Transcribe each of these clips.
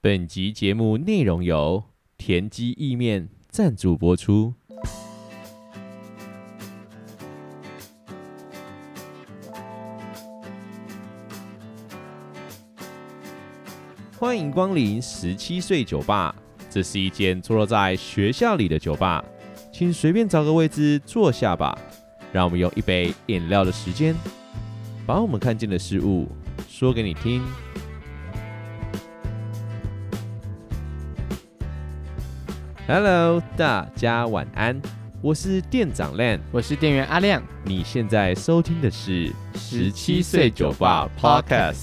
本集节目内容由田鸡意面赞助播出。欢迎光临十七岁酒吧，这是一间坐落在学校里的酒吧，请随便找个位置坐下吧。让我们用一杯饮料的时间，把我们看见的事物说给你听。Hello，大家晚安，我是店长 Lan，我是店员阿亮，你现在收听的是《 17岁酒吧 Podcast》。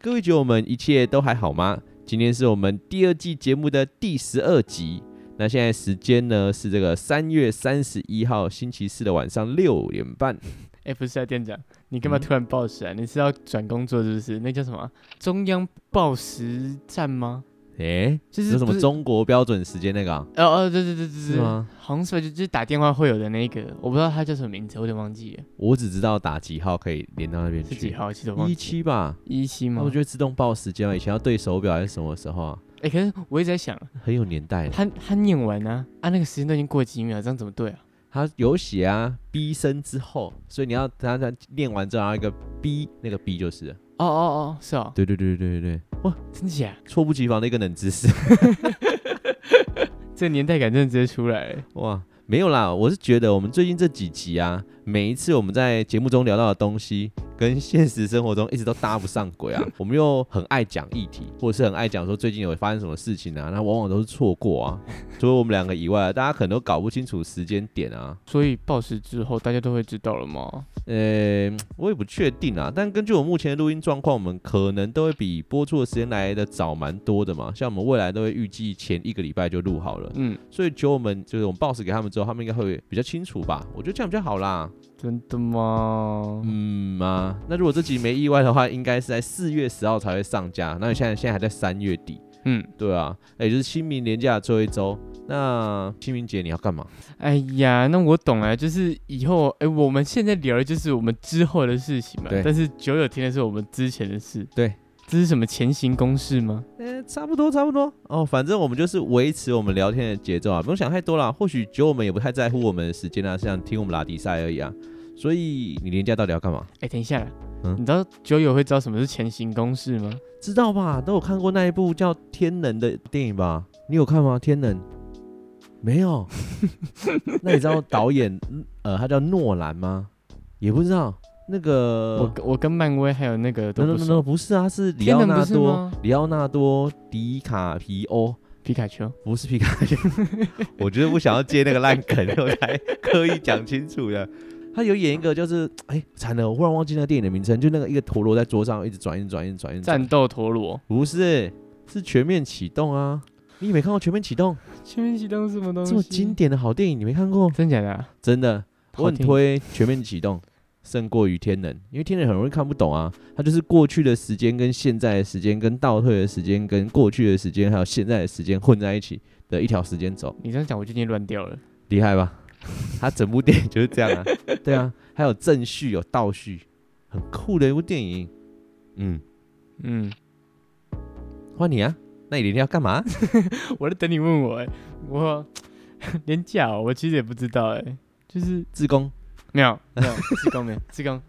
各位酒友们，一切都还好吗？今天是我们第二季节目的第十二集。那现在时间呢是这个三月三十一号星期四的晚上六点半。哎、不是啊，店长，你干嘛嗯突然暴食啊？你是要转工作是不是？那叫什么啊中央报时站吗？诶、就有是什么不是中国标准时间那个、啊？哦哦，对对对对是对，吗？好像是吧就就是打电话会有的那个，我不知道他叫什么名字，我有点忘记了，我只知道打几号可以连到那边是几去，号？其实我忘哦一记七吧。一七那吗我？觉得自动报时间嘛，以前要对手表还是什么时候啊？哎、可是我一直在想，很有年代了。他他念完啊，啊那个时间都已经过几秒，这样怎么对啊？它有写啊，B 声之后，所以你要等它它念完之后，然后一个 B，那个 B 就是了。哦哦哦，是哦，对对对对对对，哇，真假？猝不及防的一个冷知识。这个年代感真的直接出来了。哇，没有啦，我是觉得我们最近这几集啊，每一次我们在节目中聊到的东西，跟现实生活中一直都搭不上轨啊。我们又很爱讲议题，或者是很爱讲说最近有发生什么事情啊，那往往都是错过啊。除了我们两个以外，大家可能都搞不清楚时间点啊。所以报时之后，大家都会知道了吗？呃，我也不确定啊，但根据我目前的录音状况，我们可能都会比播出的时间来的早蛮多的嘛。像我们未来都会预计前一个礼拜就录好了。嗯，所以酒友们就是我们 boss 给他们之后，他们应该会比较清楚吧？我觉得这样比较好啦。真的吗？嗯啊，那如果这集没意外的话，应该是在四月十号才会上架。那你现在现在还在三月底，嗯，对啊，那也就是清明年假的最后一周。那清明节你要干嘛？哎呀，那我懂了，就是以后，哎，我们现在聊的就是我们之后的事情嘛对。但是九九听的是我们之前的事。对，这是什么前行公式吗？呃，差不多，差不多哦。反正我们就是维持我们聊天的节奏啊，不用想太多啦。或许酒友们也不太在乎我们的时间啊，是想听我们拉迪赛而已啊。所以你年假到底要干嘛？哎，等一下啦，嗯你知道九九会知道什么是前行公式吗？知道吧？都有看过那一部叫《天能》的电影吧？你有看吗？《天能》没 有？那你知道导演 呃，他叫诺兰吗？也不知道。那我个跟我跟漫威还有那个都 no no 不 no 是 no，不是啊，是里天奥能不纳是多吗，里奥纳多·迪卡皮欧，皮卡丘。不是皮卡丘。 我就是不想要接那个烂梗，我才刻意讲清楚的。他有演一个，就是哎，惨了，我忽然忘记那个电影的名称，就那个一个陀螺在桌上一直转，一直转，一直转，一直转战。斗陀螺，不是，是全面启动啊！你没看过全面启动全面启动是什么东西？这么经，典的好电影，你没看过？真假的啊？真的，我好很听推全面启动，胜过于天能，因为天能很容易看不懂啊。它就是过去的时间跟现在的时间，跟倒退的时间，跟过去的时间还有现在的时间混在一起的一条时间轴，你这样讲我就已经乱掉了。厉害 吧？它整部电影就是这样啊。对啊，还有正序有倒序，很酷的一部电影。嗯，嗯，换你啊，那你明天要干嘛？啊我在等你问我、哎，我 连假哦、我其实也不知道、哎，就是志工，没有，没有，志工没有，志工，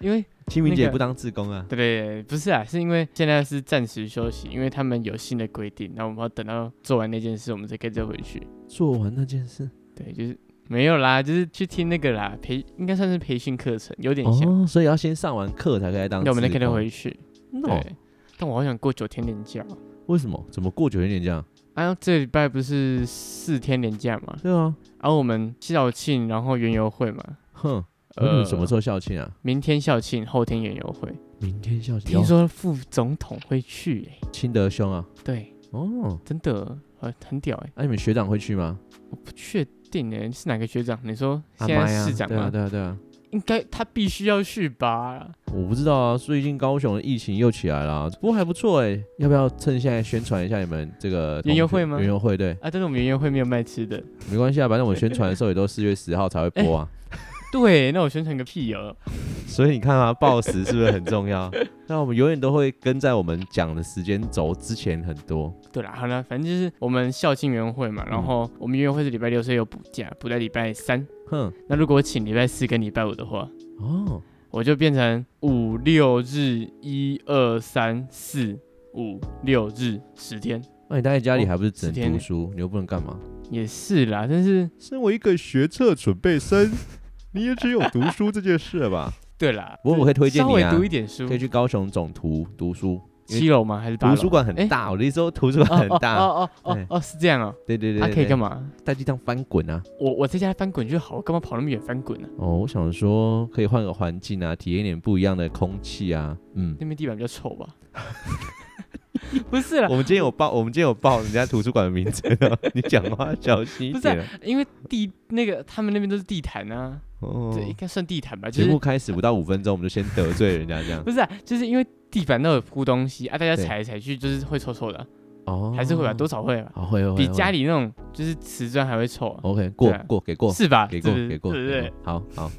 因为清明那节个不当志工啊？对对，不是啊，是因为现在是暂时休息，因为他们有新的规定，那我们要等到做完那件事，我们才可以再回去。做完那件事对，就是没有啦，就是去听那个啦，培应该算是培训课程，有点像，哦，所以要先上完课才可以来当。那我们再可以再回去。 no, 对，但我好想过九天连假哦。为什么？怎么过九天连假？啊，这礼拜不是四天连假嘛？对啊，然、后我们校庆，然后园游会嘛，哼，呃、你们什么时候校庆啊？明天校庆，后天园游会。明天校庆。听说副总统会去、哎，哦亲德兄啊？对，哦，真的，很很屌哎、那、你们学长会去吗？我不确定哎、是哪个学长？你说阿现在麦啊市长对吗？啊，对啊，对啊。应该他必须要续拔啊。我不知道啊，最近高雄的疫情又起来了啊，不过还不错哎、要不要趁现在宣传一下你们这个园游同学会吗园游会对，啊，但是我们圆圆会没有卖吃的。没关系啊，反正我宣传的时候也都四月十号才会播哎啊，对，那我宣传个屁哦。所以你看啊，报时是不是很重要？ 那我们永远都会跟在我们讲的时间轴之前很多。对啦，好了，反正就是我们校庆园会嗯嘛，然后我们园会是礼拜六，所以有补假，补在礼拜三。哼，那如果我请礼拜四跟礼拜五的话，哦，我就变成五六日一二三四五六日十天，那你待在家里还不是只十天能读呢书，你又不能干嘛？也是啦。但是身为一个学测准备生， 你也只有读书这件事了 吧？对啦，不过我会推荐你啊稍微读一点书可，以去高雄总图读书，七楼吗？还是八楼？图书馆很哎大，我的意思说图书馆很大，哦哦哦哦哦，是这样哦。对对对，他可以干嘛？嘛？在地上翻滚啊！我我在家翻滚就好，我干嘛跑那么远翻滚呢？哦，我想说可以换个环境啊，体验一点不一样的空气啊，嗯。那边地板比较臭 吧？ 不是 啦，我们今天有报，我们今天有报人家图书馆的名称哦。你讲话小心一不是啊点。因为地那个他们那边都是地毯啊，哦对，应该算地毯吧？就节是目开始不到五分钟，我们就先得罪人家这样。不是啊，就是因为地板都有铺东西啊，大家对踩来踩去就是会臭臭的啊，哦，还是会吧，多少会吧，哦会会比会家里那种就是瓷砖还会臭啊， OK 过对啊过给过是吧？哦给过是不是给过对不给对？过，好好。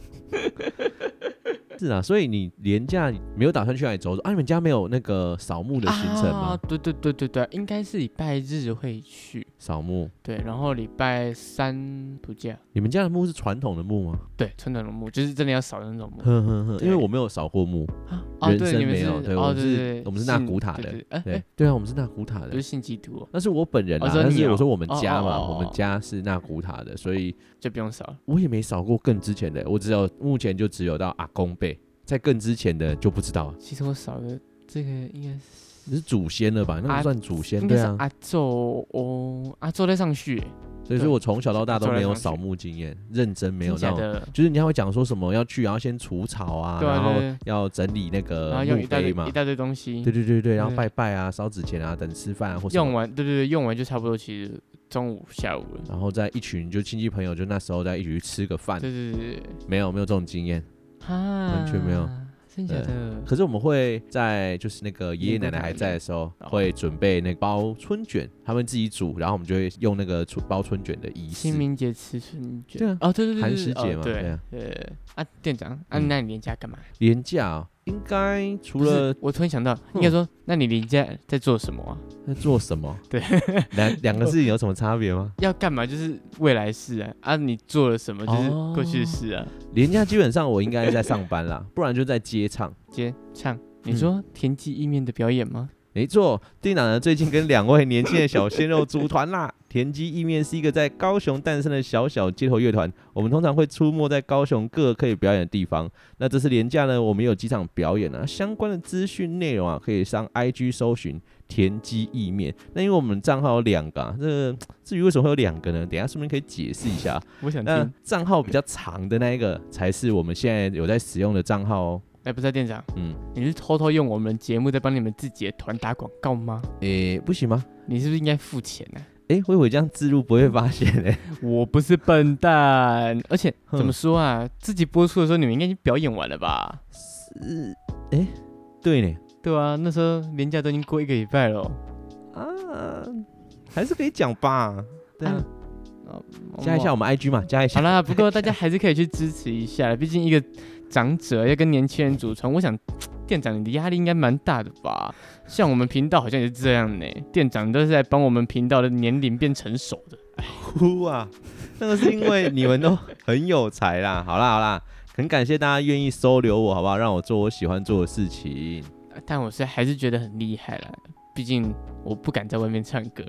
是啊，所以你廉假没有打算去哪里走走啊？你们家没有那个扫墓的行程啊吗？对对对对对，应该是礼拜日会去，扫墓，对，然后礼拜三不假，你们家的墓是传统的墓吗？对，传统的墓就是真的要扫那种墓哼哼哼，因为对我没有扫过墓，啊，哦，人对，参你们没是有对我哦，们对是对，我们是纳信古塔对的对哎哎对，对啊，我们是纳古塔不的是。信基督哦，那是我本人啊哦，说但你是哦我说我们家哦嘛，哦哦我们家是纳古塔的，所以就不用扫了。我也没扫过更之前的，我只有目前就只有到阿公辈，在更之前的就不知道了。其实我扫的这个应该是你是祖先了吧？那啊不算祖先，应该对是啊。阿昼哦，阿昼在上学，所啊以说我从小到大都没有扫走来墓经验，认真没有真那假种。的，就是人家会讲说什么要去，然后先除草啊，对啊然对对后要整理那然后个呃用墓一大碑堆嘛一，大堆东西对，对对对，然后对拜拜啊，烧纸钱啊，等吃饭啊或什用么，完，对对对，用完就差不多，其实中午下午了。然后再一群就亲戚朋友，就那时候再一起去吃个饭，对对对对，没有没有这种经验。哈，完全没有，呃真假的，可是我们会在就是那个爷爷爷奶爷奶奶奶还在的时候，哦会准备那个包春卷，他们自己煮，然后我们就会用那个春包春卷的仪式清。明节吃春卷，对啊哦对对对，寒对食哦节嘛对对啊对啊，店长，啊嗯那你连假干嘛？廉价哦应该除不了是，我突然想到，应该说，那你连假在做什么啊？在做什么， 对，两两个事情有什么差别吗？要干嘛就是未来事啊，啊你做了什么就是过去的事啊。廉价基本上我应该在上班啦，不然就在街唱。接唱，你嗯说田忌意面的表演吗？没错，店长呢最近跟两位年轻的小鲜肉组团啦。 田鸡意面是一个在高雄诞生的小小街头乐团，我们通常会出没在高雄各可以表演的地方。那这次廉价呢，我们有几场表演啊，相关的资讯内容啊，可以上 IG 搜寻田鸡意面。那因为我们账号有两个、啊，这个至于为什么会有两个呢？等一下顺便可以解释一下啊。我想那听。账号比较长的那一个才是我们现在有在使用的账号哦。哎，不是啊店长，嗯，你是偷偷用我们节目在帮你们自己的团打广告吗？诶、不行吗？你是不是应该付钱啊呢、诶、我以为这样自录不会发现诶、我不是笨蛋，而且哼怎么说啊，自己播出的时候你们应该已经表演完了吧？ 对呢，对啊，那时候年假都已经过一个礼拜了哦。啊，还是可以讲吧。对啊，加一下哎我我们 IG 嘛，加一好下。啦，不过大家还是可以去支持一下，毕竟一个长者要跟年轻人组团，我想店长你的压力应该蛮大的吧？像我们频道好像也是这样呢，店长都是在帮我们频道的年龄变成熟的。哭啊！那个是因为你们都很有才啦。 好啦好啦，很感谢大家愿意收留我，好不好？让我做我喜欢做的事情。呃但我是还是觉得很厉害啦，毕竟我不敢在外面唱歌。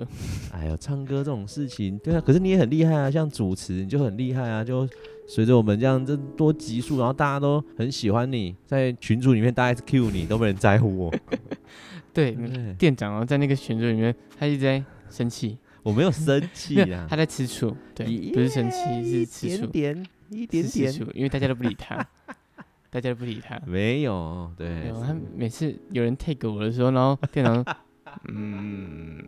哎呦，唱歌这种事情，对啊，可是你也很厉害啊，像主持你就很厉害啊，就随着我们这样这多集数，然后大家都很喜欢你，在群组里面大家一直 Q 你，都没人在乎 我。对，对店长哦，在那个选择里面，他一直在生气，我没有生气没有啊他，在吃醋， 对，耶不是生气，是吃一醋，点点，一点是吃点，醋，因为大家都不 理他，大家都不理他。没有，对有，啊他每次有人 take 我的时候，然后店长 说，嗯，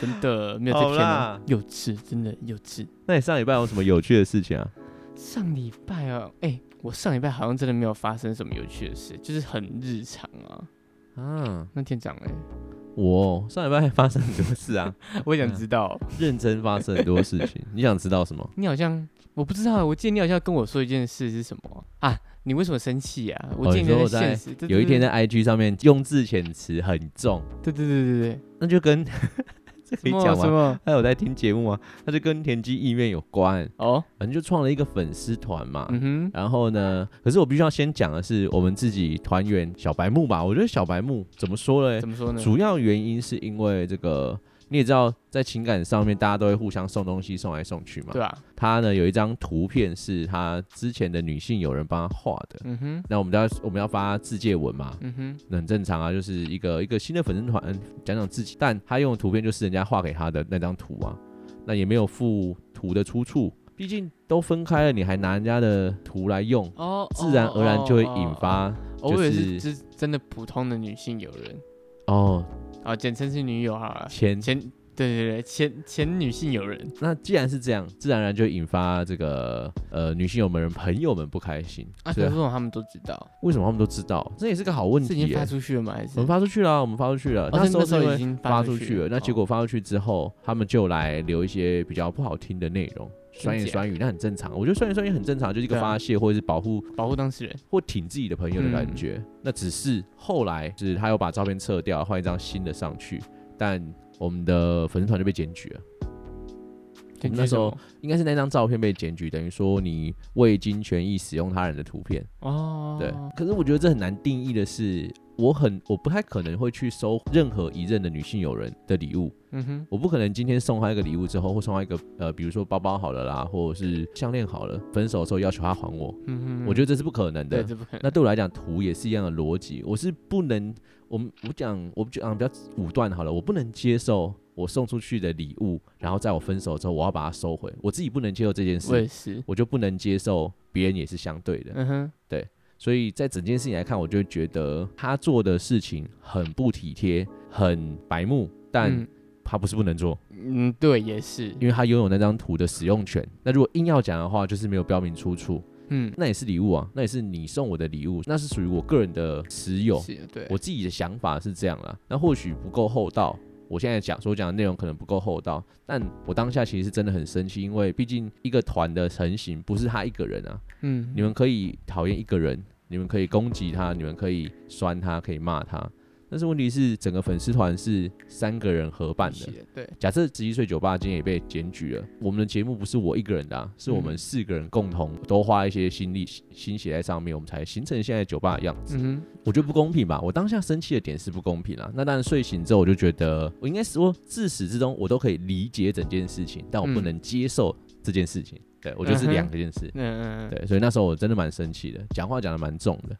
真的没有在好骗啦人，幼稚，真的幼稚。那你上礼拜有什么有趣的事情啊？上礼拜啊，哎、我上礼拜好像真的没有发生什么有趣的事，就是很日常啊。啊，那店长哎、我哦上礼拜发生很多事啊，我也想知道，认真发生很多事情。你想知道什么？你好像我不知道，啊我记得你好像跟我说一件事是什么啊？啊你为什么生气啊？我哦记你得说你我在在现实，对有一天，在 IG 上面用字遣词很重，对对对对对那就跟 这可以对，什么讲什吗？么？他有在听节目吗？那就跟田鸡意面有关，哦，反正就创了一个粉丝团嘛。嗯哼，然后呢？可是我必须要先讲的是，我们自己团员小白木吧。我觉得小白木怎么说嘞？怎么说呢？主要原因是因为这个，你也知道，在情感上面，大家都会互相送东西，送来送去嘛。对啊，他呢有一张图片是他之前的女性友人帮他画的。嗯哼，那我们要我们要发自介文嘛，嗯哼，那很正常啊，就是一个一个新的粉丝团讲讲自己，但他用的图片就是人家画给他的那张图啊，那也没有附图的出处，毕竟都分开了，你还拿人家的图来用，哦，自然而然就会引哦。发哦我以为就是是是真的普通的女性友人，哦啊，简称是女友好 了。前前对对对，前前女性友人，那既然是这样，自然而然就引发这个呃女性友们朋友们不开心，啊，所以可是我他们都知道，为什么他们都知道？这也是个好问是题已耶、经发出去了吗？还是我们？发出去了啊，我们发出去了。哦那是时候那是因时候为已经发发出出去去了了，哦那结果发出去之后，他们就来留一些比较不好听的内容，酸言解酸语，那很正常。我觉得酸言酸语很正常，就是一个对啊发泄或者是保护哦保护当事人，或挺自己的朋友的感嗯觉。那只是后来是他又把照片撤掉，换一张新的上去，但我们的粉丝团就被检举了。就那觉得时候应该是那张照片被检举，等于说你未经权益使用他人的图片。哦，对，可是我觉得这很难定义的是，我很我不太可能会去收任何一任的女性友人的礼物，嗯哼，我不可能今天送她一个礼物之后，或送她一个呃，比如说包包好了啦，或者是项链好了，分手的时候要求她还我，嗯哼，我觉得得这是不可能对，的。这不可能，那对我来讲，图也是一样的逻辑，我是不能，我们我讲我讲比较武断好了，我不能接受我送出去的礼物，然后在我分手之后我要把它收回，我自己不能接受这件我事也，是，我就不能接受别人也是相对的。嗯哼，所以在整件事情来看，我就会觉得他做的事情很不体贴，很白目，但嗯他不是不能做，嗯，对，也是，因为他拥有那张图的使用权。那如果硬要讲的话，就是没有标明出处，嗯，那也是礼物啊，那也是你送我的礼物，那是属于我个人的持有。是，对，我自己的想法是这样啦，那或许不够厚道。我现在讲所讲的内容可能不够厚道，但我当下其实是真的很生气，因为毕竟一个团的成型不是他一个人啊，嗯，你们可以讨厌一个人，你们可以攻击他，你们可以酸他，可以骂他。但是问题是，整个粉丝团是三个人合办的一起。的，对，假设十一岁酒吧今天也被检举了，我们的节目不是我一个人的、啊，是我们嗯四个人共同都花一些心力、心血在上面，我们才形成现在酒吧的样子。嗯我觉得不公平吧？我当下生气的点是不公平啦。那当然，睡醒之后我就觉得，我应该说自始至终我都可以理解整件事情，但我不嗯能接受这件事情。对我觉得是嗯哼两个件事。哼，嗯嗯，嗯，对，所以那时候我真的蛮生气的，讲话讲的蛮重的。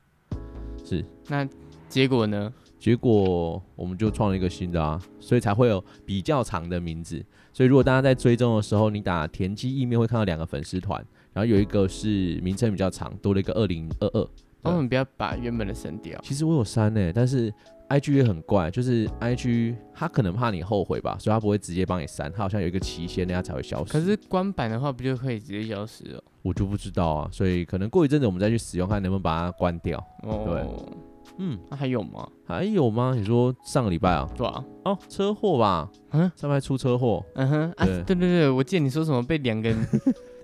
是，那结果呢？结果我们就创了一个新的啊，所以才会有比较长的名字。所以如果大家在追踪的时候，你打田鸡意面会看到两个粉丝团，然后有一个是名称比较长，多了一个二零二二。哦我们不要把原本的删掉，其实我有删呢、欸但是 I G 也很怪，就是 I G 他可能怕你后悔吧，所以他不会直接帮你删，他好像有一个期限，那他才会消失。可是官版的话不就可以直接消失哦？我就不知道啊，所以可能过一阵子我们再去使用，看能不能把它关掉。哦，嗯，那还有吗？还有吗？你说上个礼拜啊？对啊，哦，车祸吧？嗯嗯，上班出车祸，嗯哼，啊，对对对对，我记得你说什么被 两个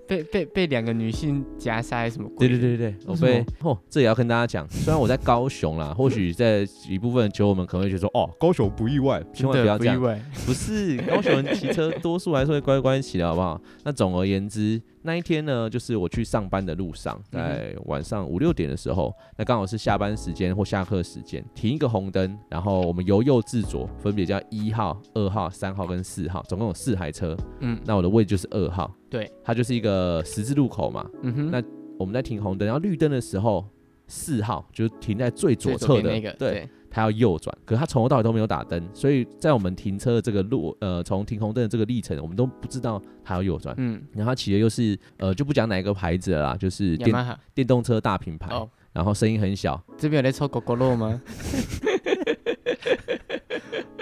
被被被两个女性夹杀还是什么鬼？对对，对对，我为什么被哦，这也要跟大家讲。 虽然我在高雄 啦，或许在一部分球友们可能会觉得说，哦，高雄不意外，千万不要这意样。外。 不是，高雄人骑车多数还是会乖乖骑的，好不 好？那总而言之，那一天呢，就是我去上班的路上，在晚上五六点的时候，那刚好是下班时间或下课时间，停一个红灯，然后我们由右至左，分别叫一号、二号、三号跟四号，总共有四台车。嗯，那我的位置就是二号，对，它就是一个十字路口嘛。嗯哼，那我们在停红灯，然后绿灯的时候，四号就是停在最左最侧边的那个，对，，他要右转，可是他从头到尾都没有打灯，所以在我们停车的这个路，呃，从停红灯的这个历程，我们都不知道他要右转。嗯，然后他骑的又是，呃，就不讲哪一个牌子了啦，就是雅马电哈。电动车大品牌，哦，然后声音很小， 这边有在抽狗狗肉吗？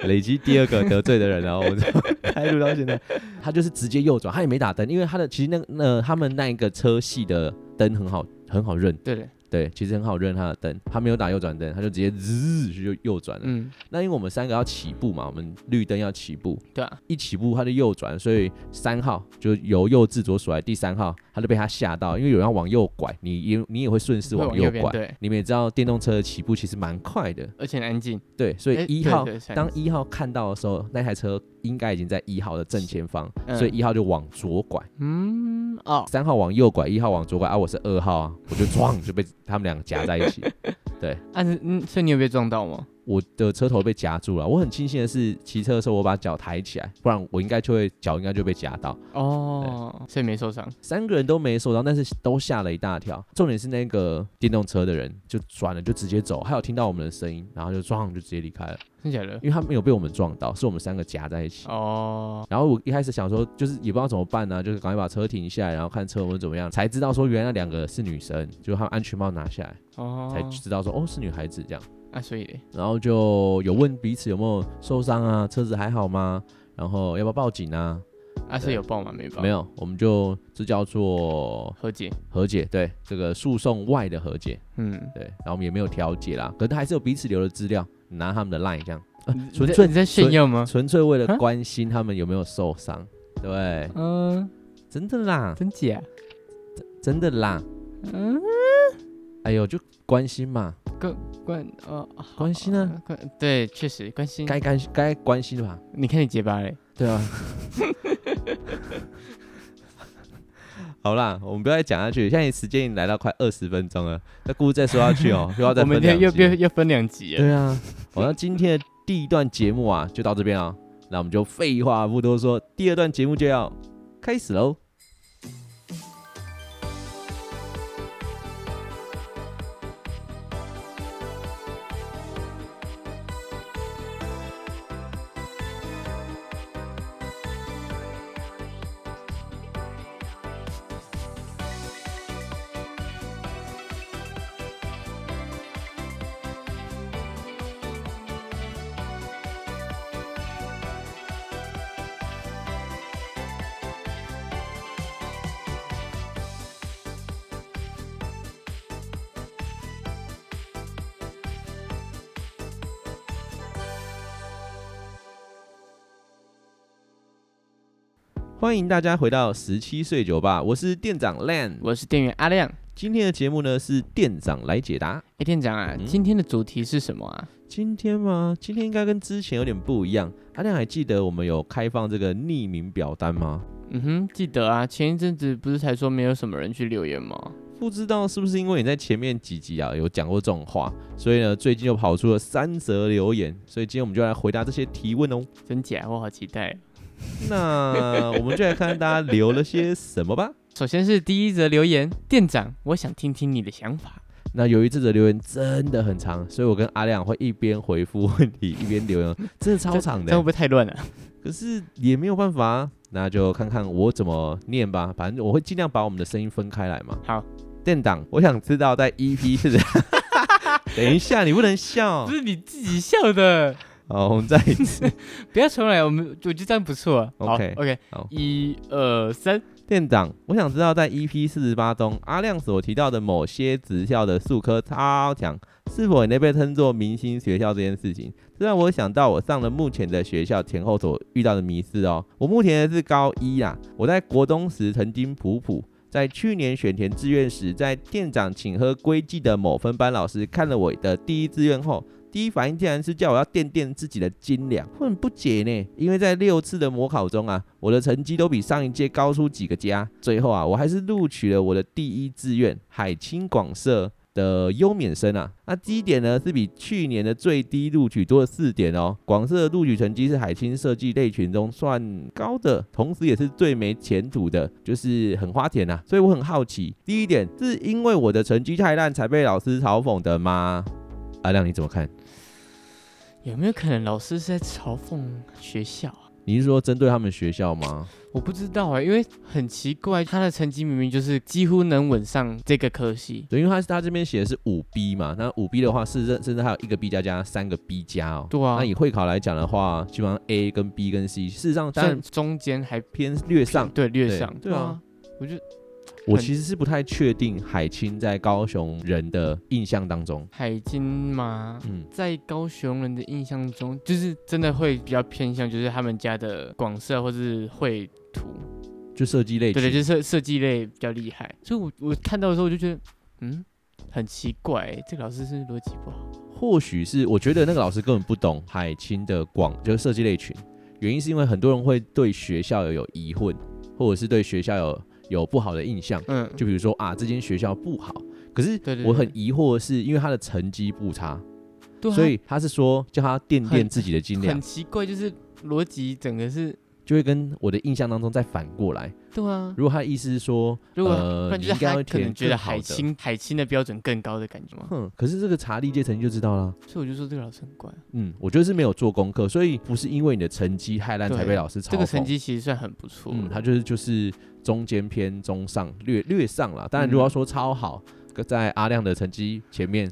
累积第二个得罪的人了， 我就开路到现在，他就是直接右转，他也没打灯，因为他的其实那那、他们那一个车系的灯很好很好认，对的，对，其实很好认他的灯，他没有打右转灯，他就直接日就右转了。嗯，那因为我们三个要起步嘛，我们绿灯要起步，对啊，一起步他就右转，所以三号就由右至左数来，第三号他就被他吓到，因为有人要往右拐，你也你也会顺势会往往右右边拐。对你们也知道电动车的起步其实蛮快的，而且很安静，对，所以诶一对号、对是当一号看到的时候，那台车应该已经在一号的正前方，嗯所以一号就往左拐，嗯，哦，三号往右拐，一号往左拐，啊，我是二号啊，我就 撞就被他们两个夹在一起，啊，嗯，所以你有被撞到吗？我的车头被夹住了。我很庆幸的是，骑车的时候我把脚抬起来，不然我应该就会脚应该就被夹到。哦，所以没受伤，三个人都没受伤，但是都吓了一大跳。重点是那个电动车的人就转了，就直接走，还有听到我们的声音，然后就撞就直接离开了，真假的因？为他没有被我们撞到，是我们三个夹在一起。哦，然后我一开始想说，就是也不知道怎么办呢、就是赶快把车停下来，然后看车温怎么样，才知道说原来那两个是女生，就她们安全帽拿下来，哦，才知道说哦是女孩子这样。啊，所以嘞，然后就有问彼此有没有受伤啊，车子还好吗？然后要不要报警啊？啊，是对有报吗？没报，没有，我们就这叫做和解，和解，对，这个诉讼外的和解，嗯，对。然后我们也没有调解啦，可是还是有彼此留的资料，你拿他们的 line 这样，呃你纯在粹你在炫耀吗？纯粹为了啊关心他们有没有受伤。对，嗯，真的啦，真假？真的啦，嗯，哎呦，就关心嘛，关哦，好关心啊，关对，确实关心。该关该关心吧。你看你结巴嘞，对啊。 好啦，我们不要再讲下去。现在时间已经来到快二十分钟了，那故事再说下去 哦，又要再我们分今两天又又集。又分两集了。对啊，好，那今天的第一段节目啊，就到这边啊。那我们就废话不多说，第二段节目就要开始喽。欢迎大家回到十七岁酒吧，我是店长 Lan。我是店员阿亮。今天的节目呢是店长来解答。哎，店长啊，嗯今天的主题是什么啊？今天吗？今天应该跟之前有点不一样。阿亮还记得我们有开放这个匿名表单吗？嗯哼，记得啊，前一阵子不是才说没有什么人去留言吗？不知道是不是因为你在前面几集啊有讲过这种话，所以呢最近又跑出了三则留言，所以今天我们就来回答这些提问 哦。真假，我好期待哦。那我们就来看看大家留了些什么吧。首先是第一则留言，店长，我想听听你的想法。那由于这则留言真的很长，所以我跟阿亮会一边回复问题一边留言，真的超长 这样会的不。会太乱啊了？可是也没有办法、啊，那就看看我怎么念吧。反正我会尽量把我们的声音分开来嘛。好，店长，我想知道在 EP 是怎 样。等一下，你不能笑这。是你自己笑的，好，我们再一次。不要重来。我们我觉得这样不错啊。好 OK， OK，好一二三，店长，我想知道在 EP 四十八中，阿亮所提到的某些职校的数科超强，是否也能被称作明星学校这件事情？这让我想到我上了目前的学校前后所遇到的迷思哦。我目前是高一啦，我在国中时曾经普普。在去年选填志愿时，在店长请喝归记的某分班老师看了我的第一志愿后，第一反应竟然是叫我要垫垫自己的斤两，我很不解呢。因为在六次的模考中啊，我的成绩都比上一届高出几个家。最后啊，我还是录取了我的第一志愿海清广社的优免生啊。那第一点呢，是比去年的最低录取多了四点哦。广社的录取成绩是海清设计类群中算高的，同时也是最没前途的，就是很花钱啊。所以我很好奇，第一点是因为我的成绩太烂才被老师嘲讽的吗？啊阿亮你怎么看？有没有可能老师是在嘲讽学校啊？你是说针对他们学校吗？我不知道哎、因为很奇怪，他的成绩明明就是几乎能稳上这个科系。对，因为他他这边写的是五 B 嘛，那五 B 的话是甚甚至还有一个 B 加加三个 B 加哦。对啊那，以会考来讲的话，基本上 A 跟 B 跟 C，事实上当但然中间还偏略上。对略对上，对啊，我就我很其实是不太确定海清在高雄人的印象当中，海金嘛，嗯，在高雄人的印象中，就是真的会比较偏向就是他们家的广设或是绘图，就设计类对对，群就是设设计类比较厉害。所以我我看到的时候我就觉得，嗯，很奇怪、欸这个老师是不是逻辑不好。或许是我觉得那个老师根本不懂海清的广，就是设计类群。原因是因为很多人会对学校有有疑混，或者是对学校有有不好的印象，嗯，就比如说啊，这间学校不好。可是对对我很对疑惑的是，因为他的成绩不差，对啊、所以他是说叫他掂很掂自己的斤很两，奇怪，就是逻辑整个是，就会跟我的印象当中再反过来。对啊。如果他的意思是说，如果、呃不然你就是应该他要可能填觉得更好海的清海清的标准更高的感觉 嘛，哼，可是这个查历届成绩就知道啦。所以我就说这个老师很怪啊、嗯，我觉得是没有做功课，所以不是因为你的成绩太烂才对被老师嘲讽。这个成绩其实算很不错了，嗯，他就是就是中间偏中上，略略上啦。嗯当然，如果要说超好，跟在阿亮的成绩前面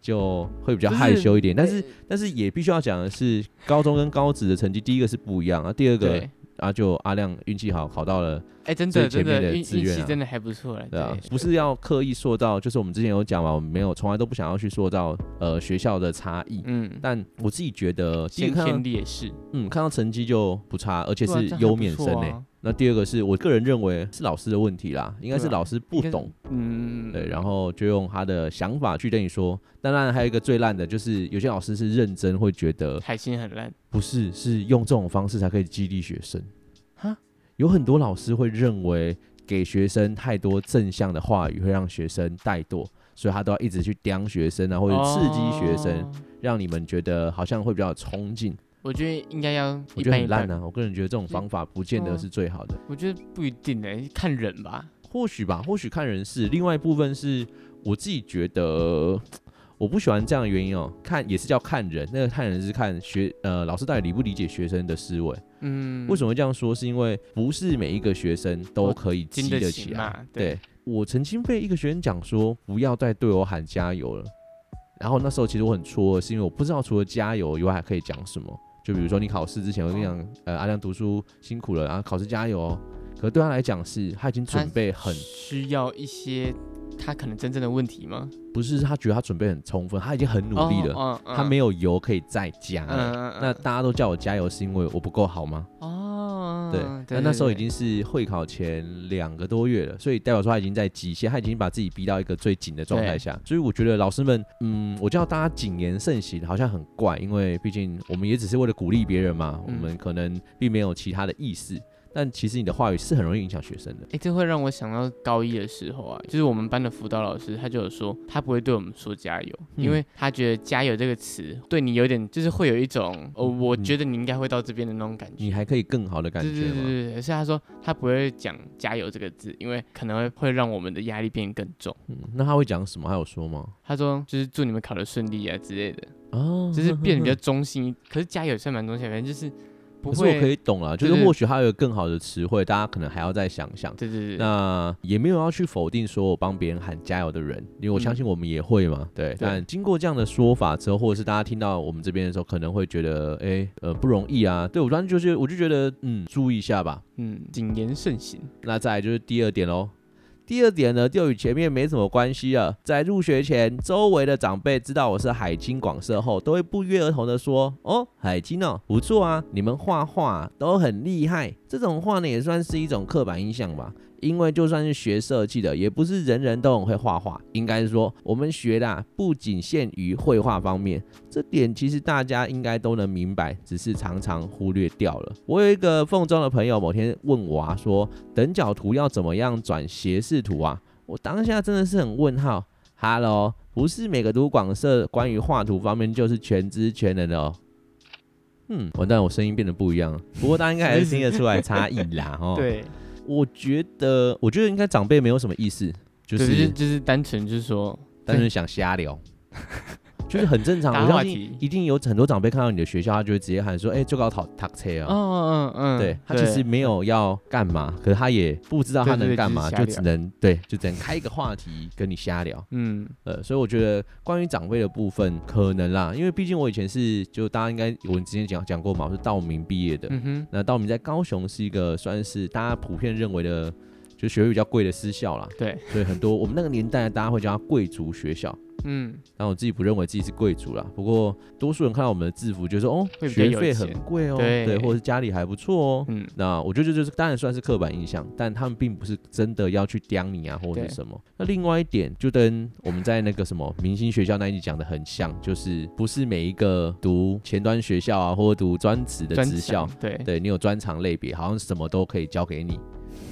就会比较害羞一点。但是但是也必须要讲的是，高中跟高职的成绩，第一个是不一样啊，第二个对，啊就阿亮运气好，考到了，哎，真最的真前面的的运运志愿气啊真的还不错了，对啊，对不是要刻意塑造，就是我们之前有讲嘛，我们没有从来都不想要去塑造呃学校的差异。嗯，但我自己觉得，第一先个看天到劣势，嗯看到成绩就不差，而且对啊是这还优欸不免生错呢、啊那第二个是我个人认为是老师的问题啦，应该是对啊老师不应该是懂，嗯，对，然后就用他的想法去跟你说。当然还有一个最烂的就是有些老师是认真会觉得海星很烂，不是，是用这种方式才可以激励学生哈。有很多老师会认为给学生太多正向的话语会让学生怠惰，所以他都要一直去刁学生啊，或者刺激学生，哦让你们觉得好像会比较有冲劲。我觉得应该要我一觉得般一很烂般，啊，我个人觉得这种方法不见对啊得是最好的。我觉得不一定哎，看人吧，或许吧，或许看人是。另外一部分是我自己觉得我不喜欢这样的原因哦，看也是叫看人，那个看人是看学呃老师到底理不理解学生的思维。嗯，为什么么会这样说？是因为不是每一个学生都可以激经得起起来。嘛？对，我曾经被一个学生讲说，不要再对我喊加油了。然后那时候其实我很戳愕，是因为我不知道除了加油以外还可以讲什么。就比如说你考试之前，我跟你哦讲，呃，阿亮读书辛苦了，然后考试加油、哦。可是对他来讲是，他已经准备很，需要一些他可能真正的问题吗？不是他觉得他准备很充分，他已经很努力了，了他没有油可以再加了。哦嗯那大家都叫我加油，是因为我不够好吗？哦，对，嗯那那时候已经是会考前两个多月了，所以代表说他已经在极限，他已经把自己逼到一个最紧的状态下。所以我觉得老师们，嗯，我叫大家谨言慎行，好像很怪，因为毕竟我们也只是为了鼓励别人嘛，我嗯们可能并没有其他的意思。但其实你的话语是很容易影响学生的。哎、这会让我想到高一的时候啊，就是我们班的辅导老师，他就有说，他不会对我们说加油，嗯因为他觉得加油这个词对你有点，就是会有一种，哦，我嗯觉得你应该会到这边的那种感觉。你还可以更好的感对对觉对吗？对对，所以他说他不会讲加油这个字，因为可能会会让我们的压力变更重。嗯，那他会讲什么？还有说吗？他说就是祝你们考得顺利啊之类的，哦，就是变得比较较。中性一。可是加油也算蛮中性的，反正就是不可是我可会。以懂了，就对是对或许他有一个更好的词汇，大家可能还要再想想。对对对对，那也没有要去否定说我帮别人喊加油的人，因为我嗯相信我们也会嘛，对。但经过这样的说法之后，或者是大家听到我们这边的时候，可能会觉得，哎、呃，不容易啊。对我当时就是，我就觉得，嗯，注意一下吧。嗯，谨言慎行。那再来就是第二点喽。第二点呢，就与前面没什么关系了。在入学前，周围的长辈知道我是海清广社后，都会不约而同的说：“哦，海清哦，不错啊，你们画画都很厉害。”这种话呢，也算是一种刻板印象吧。因为就算是学设计的，也不是人人都很会画画。应该是说，我们学的啊、不仅限于绘画方面，这点其实大家应该都能明白，只是常常忽略掉了。我有一个凤中的朋友，某天问我啊，说等角图要怎么样转斜视图啊？我当下真的是很问号。Hello，不是每个读广社关于画图方面就是全知全能的哦。嗯，完蛋，我声音变得不一样了。不过大家应该还是听得出来差异啦， 哦。，对，我觉得，我觉得应该长辈没有什么意思，就对就是就是单纯就是说，单纯想瞎聊。就是很正常。打我话相信题。一定有很多长辈看到你的学校，他就会直接喊说：“哎、就搞讨塔车啊！”嗯嗯嗯，对他其实没有要干嘛，可是他也不知道他对能对干就是嘛，瞎就聊只能对，就只能开一个话题跟你瞎聊。嗯，呃，所以我觉得关于长辈的部分，可能啦，因为毕竟我以前是就大家应该我们之前讲讲过嘛，我是道明毕业的。嗯哼，那道明在高雄是一个算是大家普遍认为的，就学费比较贵的私校啦，对，所以很多我们那个年代大家会叫它贵族学校。嗯，但我自己不认为自己是贵族啦，不过多数人看到我们的制服就说哦，会比较学有费钱很贵哦，对对，或者是家里还不错哦，嗯，那我觉得这就是当然算是刻板印象，但他们并不是真的要去刁你啊或者对是什么。那另外一点就跟我们在那个什么明星学校那一集讲的很像，就是不是每一个读前端学校啊或者读专职的专职校长，对，对你有专长类别，好像什么都可以教给你。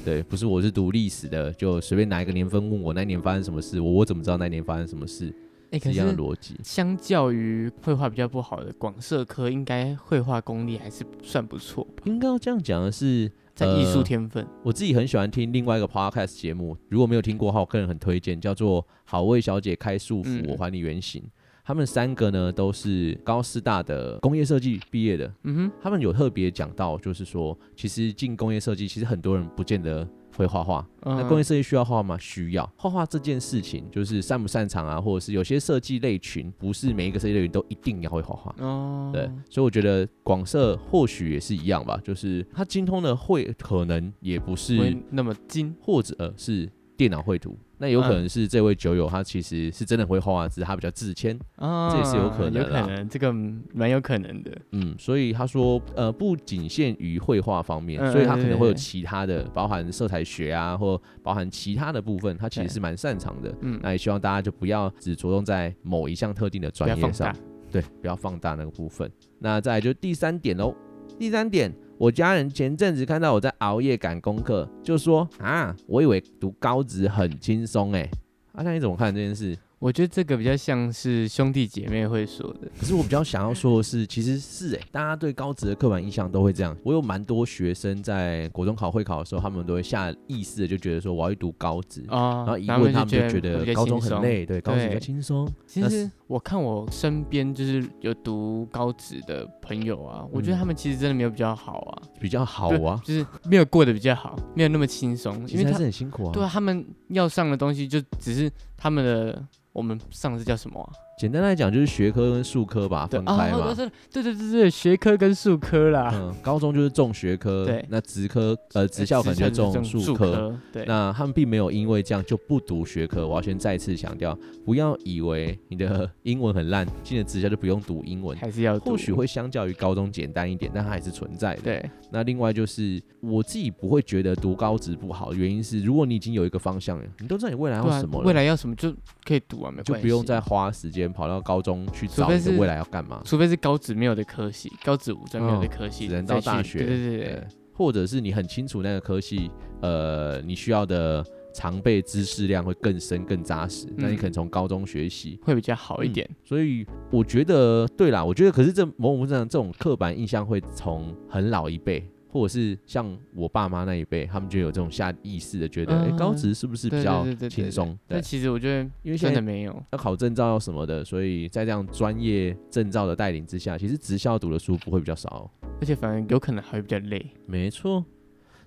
对，不是我是读历史的，就随便拿一个年份问我那年发生什么事，我我怎么知道那年发生什么事？哎，是可一样的是逻辑。相较于绘画比较不好的广社科，应该绘画功力还是算不错吧，应该要这样讲的是，在艺术呃天分，我自己很喜欢听另外一个 podcast 节目，如果没有听过的话，我个人很推荐，叫做《好味小姐开束缚嗯，我还你原形》。他们三个呢都是高师大的工业设计毕业的，嗯哼，他们有特别讲到，就是说，其实进工业设计，其实很多人不见得会画画。那嗯工业设计需要画画吗？需要。画画这件事情，就是擅不擅长啊，或者是有些设计类群，不是每一个设计类群都一定要会画画。哦，对，所以我觉得广设或许也是一样吧，就是它精通的会可能也不不是会那么精，或者、呃、是电脑绘图，那有可嗯能是这位酒友他其实是真的会画画，只是他比较自谦，啊，这也是有可能有啦可能，这个蛮有可能的，嗯，所以他说呃不仅限于绘画方面，嗯所以他可对能会有对其他的，包含色彩学啊，或包含其他的部分，他其实对是蛮擅长的。嗯，那也希望大家就不要只着重在某一项特定的不专要业放上大，，对，不要放大那个部分。那再来就第三点喽，第三点，我家人前阵子看到我在熬夜赶功课，就说啊，我以为读高职很轻松哎。啊，那你怎么看这件事？我觉得这个比较像是兄弟姐妹会说的，可是我比较想要说的是，其实是哎、大家对高职的刻板印象都会这样。我有蛮多学生在国中考会考的时候，他们都会下意识的就觉得说我要去读高职，嗯哦，然后一我问他们就觉会比得较高中轻很松。累，对，高职比较对轻松。其那实是我看我身边就是有读高职的朋友啊，我觉得嗯他们其实真的没有比较好啊，比较好对啊，就是没有过得比较好，没有那么轻松，其因为实还他是很辛苦啊。对啊，他们要上的东西就只是他们的我们上的是叫什么啊？简单来讲就是学科跟术科吧对分开啊，嘛都。是对对对对，学科跟术科啦， 嗯，高中就是重学科，对那职科呃职校可能就重术术科。，对，那他们并没有因为这样就不读学科。我要先再次强调，不要以为你的英文很烂，进了职校就不用读英文。还是要读或许会相较于高中简单一点，但它还是存在的。对，那另外就是我自己不会觉得读高职不好，原因是如果你已经有一个方向了，你都知道你未来要对啊什么未了，来要什么就可以读啊，没就关不系，用再花时间跑到高中去除找非你的是未来要干嘛。除非是高职没有的科系，高职五专没有的科系，嗯只能到再去大学对对对对对，或者是你很清楚那个科系，呃，你需要的常备知识量会更深更扎实，那你嗯可能从高中学习。会比较好一嗯点。所以我觉得，对啦，我觉得可是这某种程度上，这种刻板印象会从很老一辈，或者是像我爸妈那一辈，他们就有这种下意识的觉得，哎、嗯高职是不是比对对较对对对轻对松？但其实我觉得因为现真在的没有，要考证照什么的，所以在这样专业证照的带领之下，其实职校读的书不会比较少哦、而且反而有可能还会比较累。没错，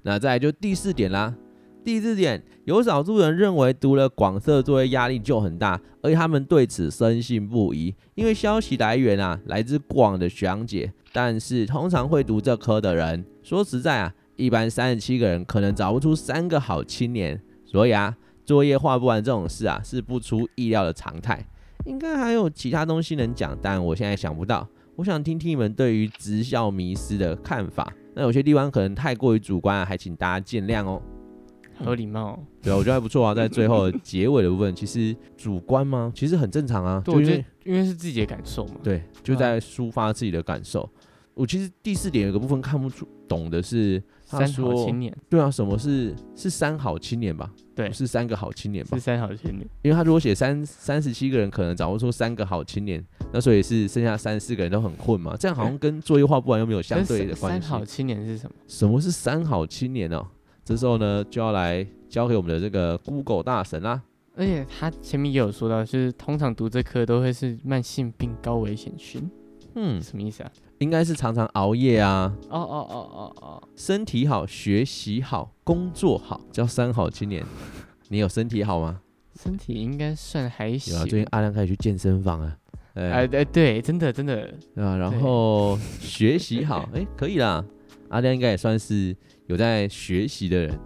那再来就第四点啦。第四点，有少数人认为读了广色作业压力就很大，而且他们对此深信不疑，因为消息来源啊来自过往的学长姐。但是通常会读这科的人，说实在啊，一般三十七个人可能找不出三个好青年，所以啊，作业画不完这种事啊是不出意料的常态。应该还有其他东西能讲，但我现在想不到。我想听听你们对于职校迷失的看法。那有些地方可能太过于主观啊，还请大家见谅哦。好有礼貌哦、对啊，我觉得还不错啊，在最后的结尾的部分，其实主观吗？其实很正常啊，对，就我因觉为得啊因为是自己的感受嘛。对，就在抒发自己的感受。我其实第四点有个部分看不出懂的是，他三好说青年对啊，什么是是三好青年吧？对不是三个好青年吧是？三好青年，因为他如果写三三十七个人，可能掌握出三个好青年，那所以是剩下三四个人都很混嘛。这样好像跟作业画不完又没有相但是对的关三系。好青年是什么？什么是啊三好青年哦？这时候呢，就要来交给我们的这个 Google 大神啦。嗯而且他前面也有说到，就是通常读这科都会是慢性病高危险群，嗯，什么意思啊？应该是常常熬夜啊，哦哦哦哦哦，身体好、学习好、工作好，叫三好青年。你有身体好吗？身体应该算还有行。啊，最近阿亮开始去健身房啊，哎、哎哎对，真的真的，对吧？然对后学习 好，哎、可以啦。阿亮应该也算是有在学习的人，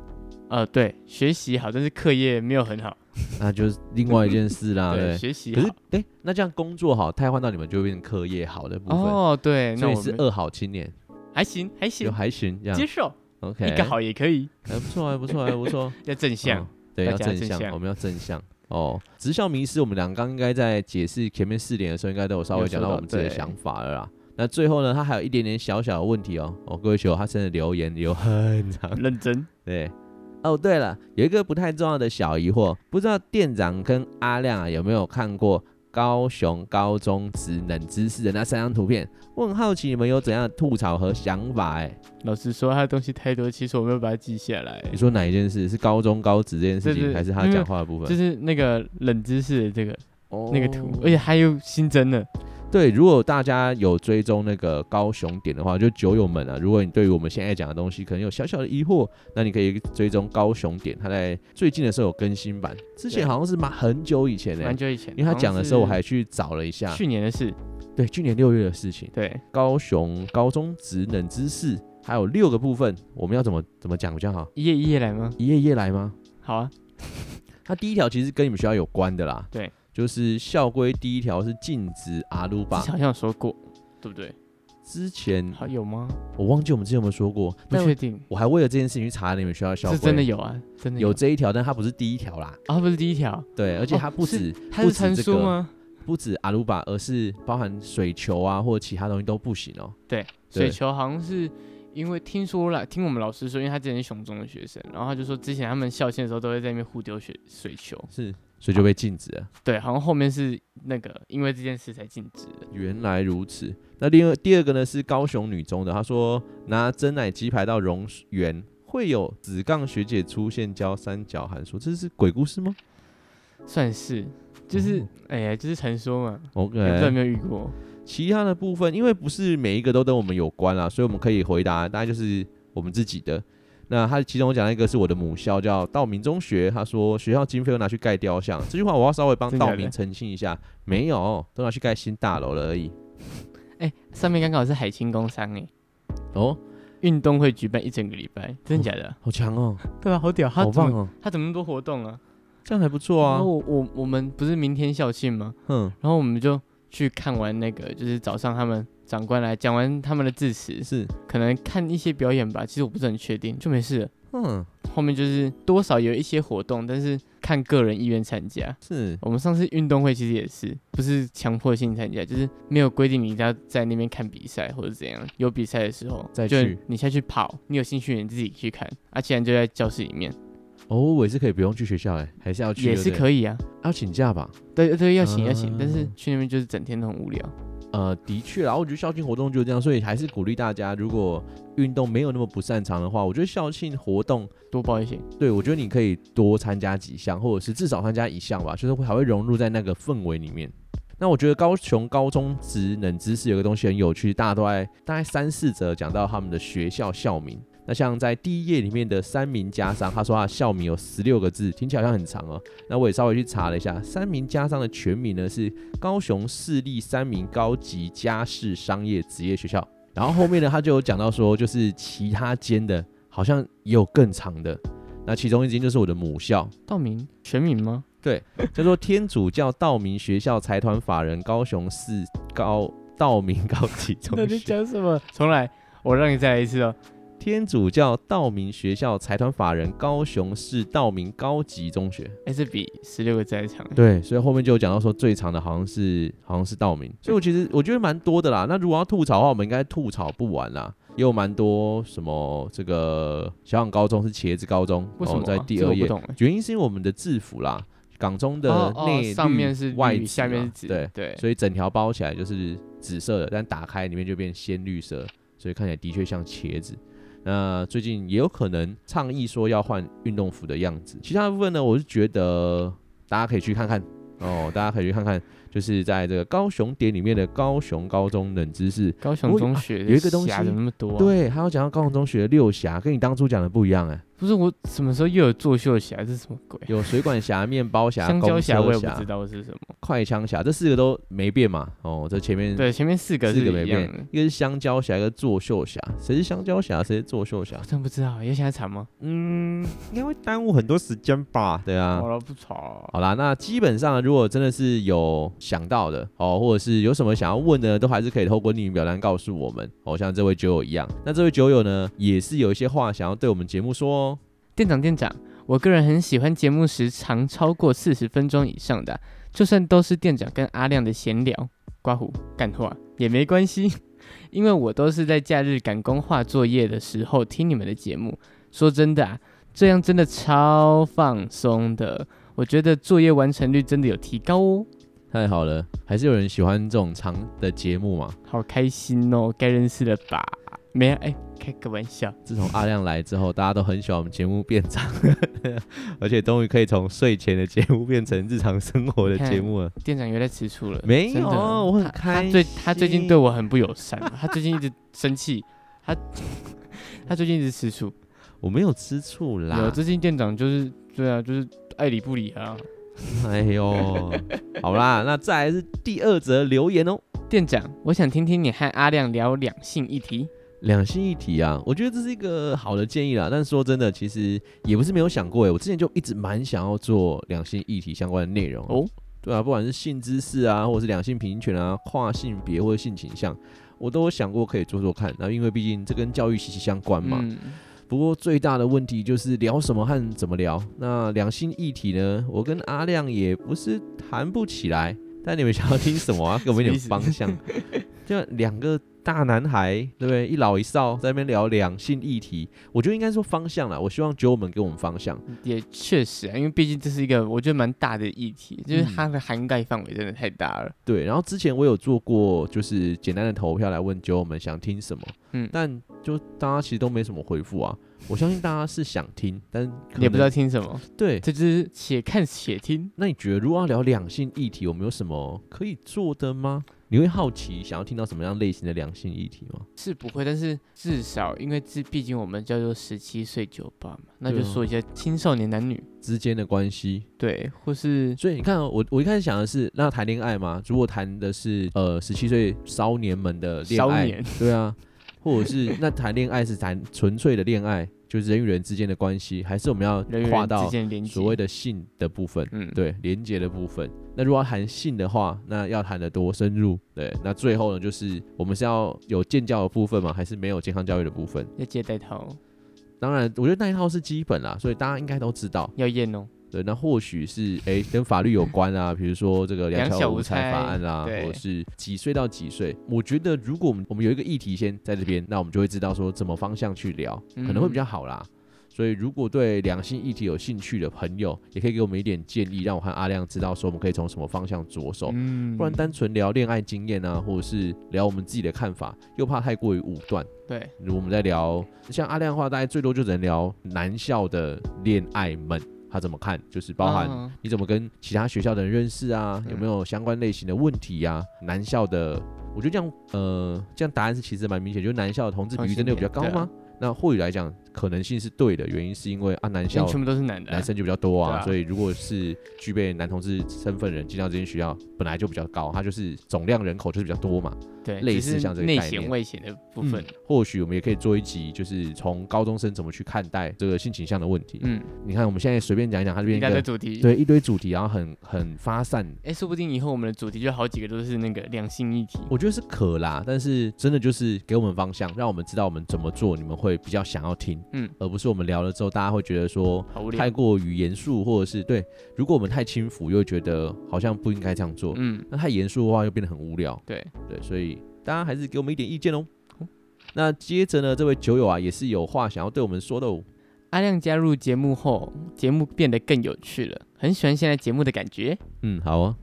呃对，学习好，但是课业没有很好。那就是另外一件事啦， 对，啊对。学习可是好。，哎、那这样工作好，太换到你们就会变成课业好的部分，哦对，那所以我是们二好青年，还行还就行，还行这接样。受 OK，一个好也可以，还不错，还啊不错， 还不错。要正向嗯。对，大要家正正向，向我们要正向。哦，职校迷失，我们俩刚应该在解释前面四点的时候，应该都有稍微有讲说到我到们自己的对想法了啦。那最后呢，他还有一点点小小的问题哦。哦，各位球友，他真的留言有很长。 认真，对，哦，对了，有一个不太重要的小疑惑，不知道店长跟阿亮啊有没有看过高雄高中职冷知识的那三张图片？我很好奇你们有怎样的吐槽和想法、哎，老实说，他的东西太多，其实我没有把它记下来。你说哪一件事是高中高职这件事对情，对还是他因为讲话的部分？就是那个冷知识的这个那个图哦，而且他又新增了，对，如果大家有追踪那个高雄点的话，就酒友们啊，如果你对于我们现在讲的东西可能有小小的疑惑，那你可以追踪高雄点，它在最近的时候有更新版，之前对好像是蛮很久以前呢、欸蛮久以前，因为他讲的时候我还好去找了一下像是，去年的事，对，去年六月的事情，对，高雄高中职能知识还有六个部分，我们要怎么怎么讲比较好？一页一页来吗？一页一页来吗？好啊，它第一条其实跟你们学校有关的啦，对，就是校规第一条是禁止阿鲁之巴前，好像有说过，对不对？之前好有吗？我忘记我们之前有没有说过，不但确定，我还为了这件事情去查你们学校的校规，是真的有啊，真的有这一条，但它不是第一条啦。啊，不是第一条，对，而且哦它不止、它不是止参这数个吗？不止阿鲁巴，而是包含水球啊或者其他东西都不行哦。对，对水球好像是因为听说了，听我们老师说，因为他之前是雄中的学生，然后他就说之前他们校庆的时候都会在那边互丢水水球，是，所以就被禁止了。对，好像后面是那个因为这件事才禁止的，原来如此。那另外第二个呢是高雄女中的，她说拿真奶鸡排到榕园会有子杠学姐出现教三角函数，这是鬼故事吗算是。就是，哦哎呀，就是传说嘛， ？OK，也不知嗯道有没有遇过。其他的部分，因为不是每一个都跟我们有关啦，所以我们可以回答，大概就是我们自己的。那他其中讲到一个是我的母校叫道明中学，他说学校经费都拿去盖雕像，这句话我要稍微帮真假道的明澄清一下，没有，都拿去盖新大楼了而已。哎、上面刚好是海清工商哎、哦，运动会举办一整个礼拜，真的假的？好强哦，对啊，好屌，他好怎棒么哦，他怎么那么多活动啊？这样还不错然啊后。我我我们不是明天校庆吗？哼，然后我们就去看完那个，就是早上他们长官来讲完他们的致 辞，是，可能看一些表演吧，其实我不是很确定，就没事了。哼，后面就是多少有一些活动，但是看个人意愿参加。是，我们上次运动会其实也是，不是强迫性参加，就是没有规定你一定要在那边看比赛或者怎样。有比赛的时候再就去你下去跑，你有兴趣你自己去看。啊，既然就在教室里面，哦，我也是可以不用去学校哎、还是要去，也是可以，以啊。要请假吧？对呃对，要请要请，但是嗯去那边就是整天都很无聊。呃，的确啦，我觉得校庆活动就是这样，所以还是鼓励大家，如果运动没有那么不擅长的话，我觉得校庆活动，多报一些，对我觉得你可以多参加几项，或者是至少参加一项吧，就是会还会融入在那个氛围里面。那我觉得高雄高中职冷知识有个东西很有趣，大家都在大概三四则讲到他们的学校校名。那像在第一页里面的三名家商，他说他的校名有十六个字，听起来好像很长哦。那我也稍微去查了一下，三名家商的全名呢是高雄市立三明高级家事商业职业学校。然后后面呢，他就有讲到说，就是其他间的，好像也有更长的。那其中一间就是我的母 校，道明全名吗？叫做天主教道明学校财团法人高雄市高道明高级中学。讲什么？重来，我让你再来一次哦。天主教道明学校财团法人高雄市道明高级中学。哎，这比十六个字还长。对，所以后面就有讲到说最长的好像是好像是道明，所以我其实我觉得蛮多的啦。那如果要吐槽的话，我们应该吐槽不完啦，也有蛮多什么这个小港高中是茄子高中，为什么哦啊？在第这二我不页？懂哎。原因是因为我们的制服啦，港中的哦哦内、上面是外绿紫下面嘛是紫，对，对，所以整条包起来就是紫色的，但打开里面就变鲜绿色，所以看起来的确像茄子。那最近也有可能倡议说要换运动服的样子。其他部分呢，我是觉得大家可以去看看哦，大家可以去看看，就是在这个高雄点里面的高雄高中冷知识。高雄我啊中学有一个东西西怎么那么多、啊？，对，还有讲到高雄中学的六峡，跟你当初讲的不一样哎、不是我什么时候又有作秀侠？这是什么鬼？有水管侠、面包侠、香蕉公侠我车也不侠嗯知、道是什么。快枪侠，这四个都没变嘛？哦，这前面嗯对，前面四个四是个没一样变的，，一个是香蕉侠，一个作秀侠。谁是香蕉侠？谁是作秀侠我？真不知道，要现在查吗？嗯，应该会耽误很多时间吧？对啊好。了，不吵。好啦，那基本上如果真的是有想到的哦，或者是有什么想要问的，都还是可以透过匿名表单告诉我们。哦，像这位酒友一样，那这位酒友呢，也是有一些话想要对我们节目说哦。店长，店长，我个人很喜欢节目时长超过四十分钟以上的啊、就算都是店长跟阿亮的闲聊、刮胡、干话也没关系， 因为我都是在假日赶工画作业的时候听你们的节目。说真的啊，这样真的超放松的，我觉得作业完成率真的有提高哦，太好了，还是有人喜欢这种长的节目嘛？好开心哦，该认识了吧？没有，哎，开个玩笑。自从阿亮来之后，大家都很喜欢我们节目变长， 而且终于可以从睡前的节目变成日常生活的节目了。店长又在吃醋了，没真的有啊我很他开他最他最近心对我很不友善，他最近一直生气， 他他最近一直吃醋。我没有吃醋有啦， 最近店长就是对啊，就是爱理不理啊。哎呦，好啦，那再来是第二则留言哦。店长，我想听听你和阿亮聊两性议题。两性一体啊，我觉得这是一个好的建议啦。但是说真的，其实也不是没有想过诶，我之前就一直蛮想要做两性议题相关的内容哦哦。对啊，不管是性知识啊，或者是两性平权啊、跨性别或者性倾向，我都有想过可以做做看。然后因为毕竟这跟教育息息相关嘛。嗯，不过最大的问题就是聊什么和怎么聊。那两性议题呢，我跟阿亮也不是谈不起来。但你们想要听什么啊？给我们一点什么方意思 向。就两个大男孩，对不对？一老一少在那边聊两性议题，我觉得应该说方向啦。我希望九友们给我们方向。也确实啊，因为毕竟这是一个我觉得蛮大的议题，就是嗯它的涵盖范围真的太大了。对，然后之前我有做过就是简单的投票来问酒友们想听什么，嗯嗯，但就大家其实都没什么回复啊。我相信大家是想听，但是可也不知道能听什么，对。这就是且看且听。那你觉得如果要聊两性议题，我们有什么可以做的吗？你会好奇想要听到什么样类型的两性议题吗？是不会，但是至少因为这毕竟我们叫做十七岁酒吧嘛，那对就啊说一下青少年男女之间的关系，对，或是所以你看哦，我我一开始想的是，那谈恋爱吗？如果谈的是呃十七岁少年们的恋少爱，年， 对啊，或者是那谈恋爱是谈纯粹的恋爱，就是人与人之间的关系，还是我们要人与跨人之到间的连接，所谓的性的部分？嗯，对，连接的部分。那如果要谈性的话，那要谈得多深入？对，那最后呢，就是我们是要有健教的部分吗？还是没有健康教育的部分？要接带头，当然，我觉得那一套是基本啦，所以大家应该都知道。要验哦，对，那或许是诶跟法律有关啊，比如说这个两两小小无无猜猜法案啊，对或者是几岁到几岁。我觉得如果我们我们有一个议题先在这边，那我们就会知道说怎么方向去聊，可能会嗯比较好啦。所以如果对两性议题有兴趣的朋友，也可以给我们一点建议，让我和阿亮知道说我们可以从什么方向着手。嗯不然单纯聊恋爱经验啊，或者是聊我们自己的看法，又怕太过于武断。对，如果我们在聊像阿亮的话，大概最多就只能聊男校的恋爱们，他怎么看，就是包含啊你怎么跟其他学校的人认识啊，嗯有没有相关类型的问题呀、男校的，我觉得这样，呃，这样答案是其实蛮明显，就是男校的同志比同率性真的有比较高恋对啊吗？那或许来讲，可能性是对的，原因是因为啊，男因校为全部都是男的啊，男生就比较多啊，对啊所以如果是具备男同志身份的人进到这间学校，本来就比较高，它就是总量人口就是比较多嘛。对，类只似是像这个内概显念外显的部分，嗯或许我们也可以做一集，就是从高中生怎么去看待这个性倾向的问题。嗯，你看我们现在随便讲一讲，它这边一一大堆个主题，，对一堆主题，然后很很发散，哎，说不定以后我们的主题就好几个都是那个两性议题，我觉得是可啦，但是真的就是给我们方向，让我们知道我们怎么做，你们会比较想要听，嗯，而不是我们聊了之后，大家会觉得说好无太聊，过于严肃，或者是对，如果我们太轻浮，又会觉得好像不应该这样做，嗯，那太严肃的话又变得很无聊，对，对，所以大家还是给我们一点意见哦好。那接着呢，这位酒友啊，也是有话想要对我们说的哦。阿亮加入节目后，节目变得更有趣了，很喜欢现在节目的感觉。嗯，好啊，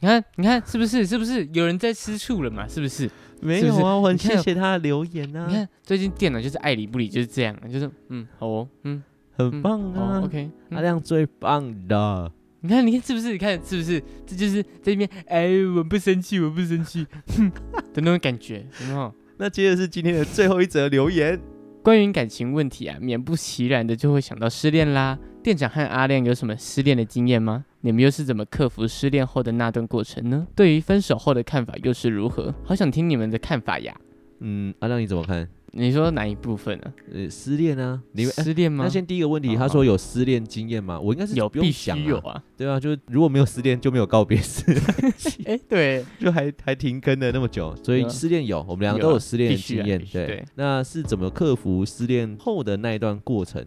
你看，你看，是不是？是不是有人在吃醋了嘛？是不是？没有啊我很谢谢他的留言啊你，看，最近电脑就是爱理不理，就是这样，就是嗯，好哦，嗯，很啊棒好、o k 亮最棒的。 你看，你看，是不是？你看，是不是？这就是在那边，哎，我不生气，我不生气，哼的那种感觉，有没有？那接着是今天的最后一则留言，关于感情问题啊，免不其然的就会想到失恋啦。店长和阿亮有什么失恋的经验吗？你们又是怎么克服失恋后的那段过程呢？对于分手后的看法又是如何？好想听你们的看法呀！ 嗯，阿、亮你怎么看？你说哪一部分呢、呃，失恋啊，你们、哎失恋吗？那先第一个问题，好他好说有失恋经验吗？我应该是有不用必想、须啊，有啊！对啊，就是如果没有失恋就没有告别式， 哎、对，就还还停更了那么久，所以对啊失恋有，我们两个有啊都有失恋必须经啊验，必须对对那是怎么克服失恋后的那一段过程？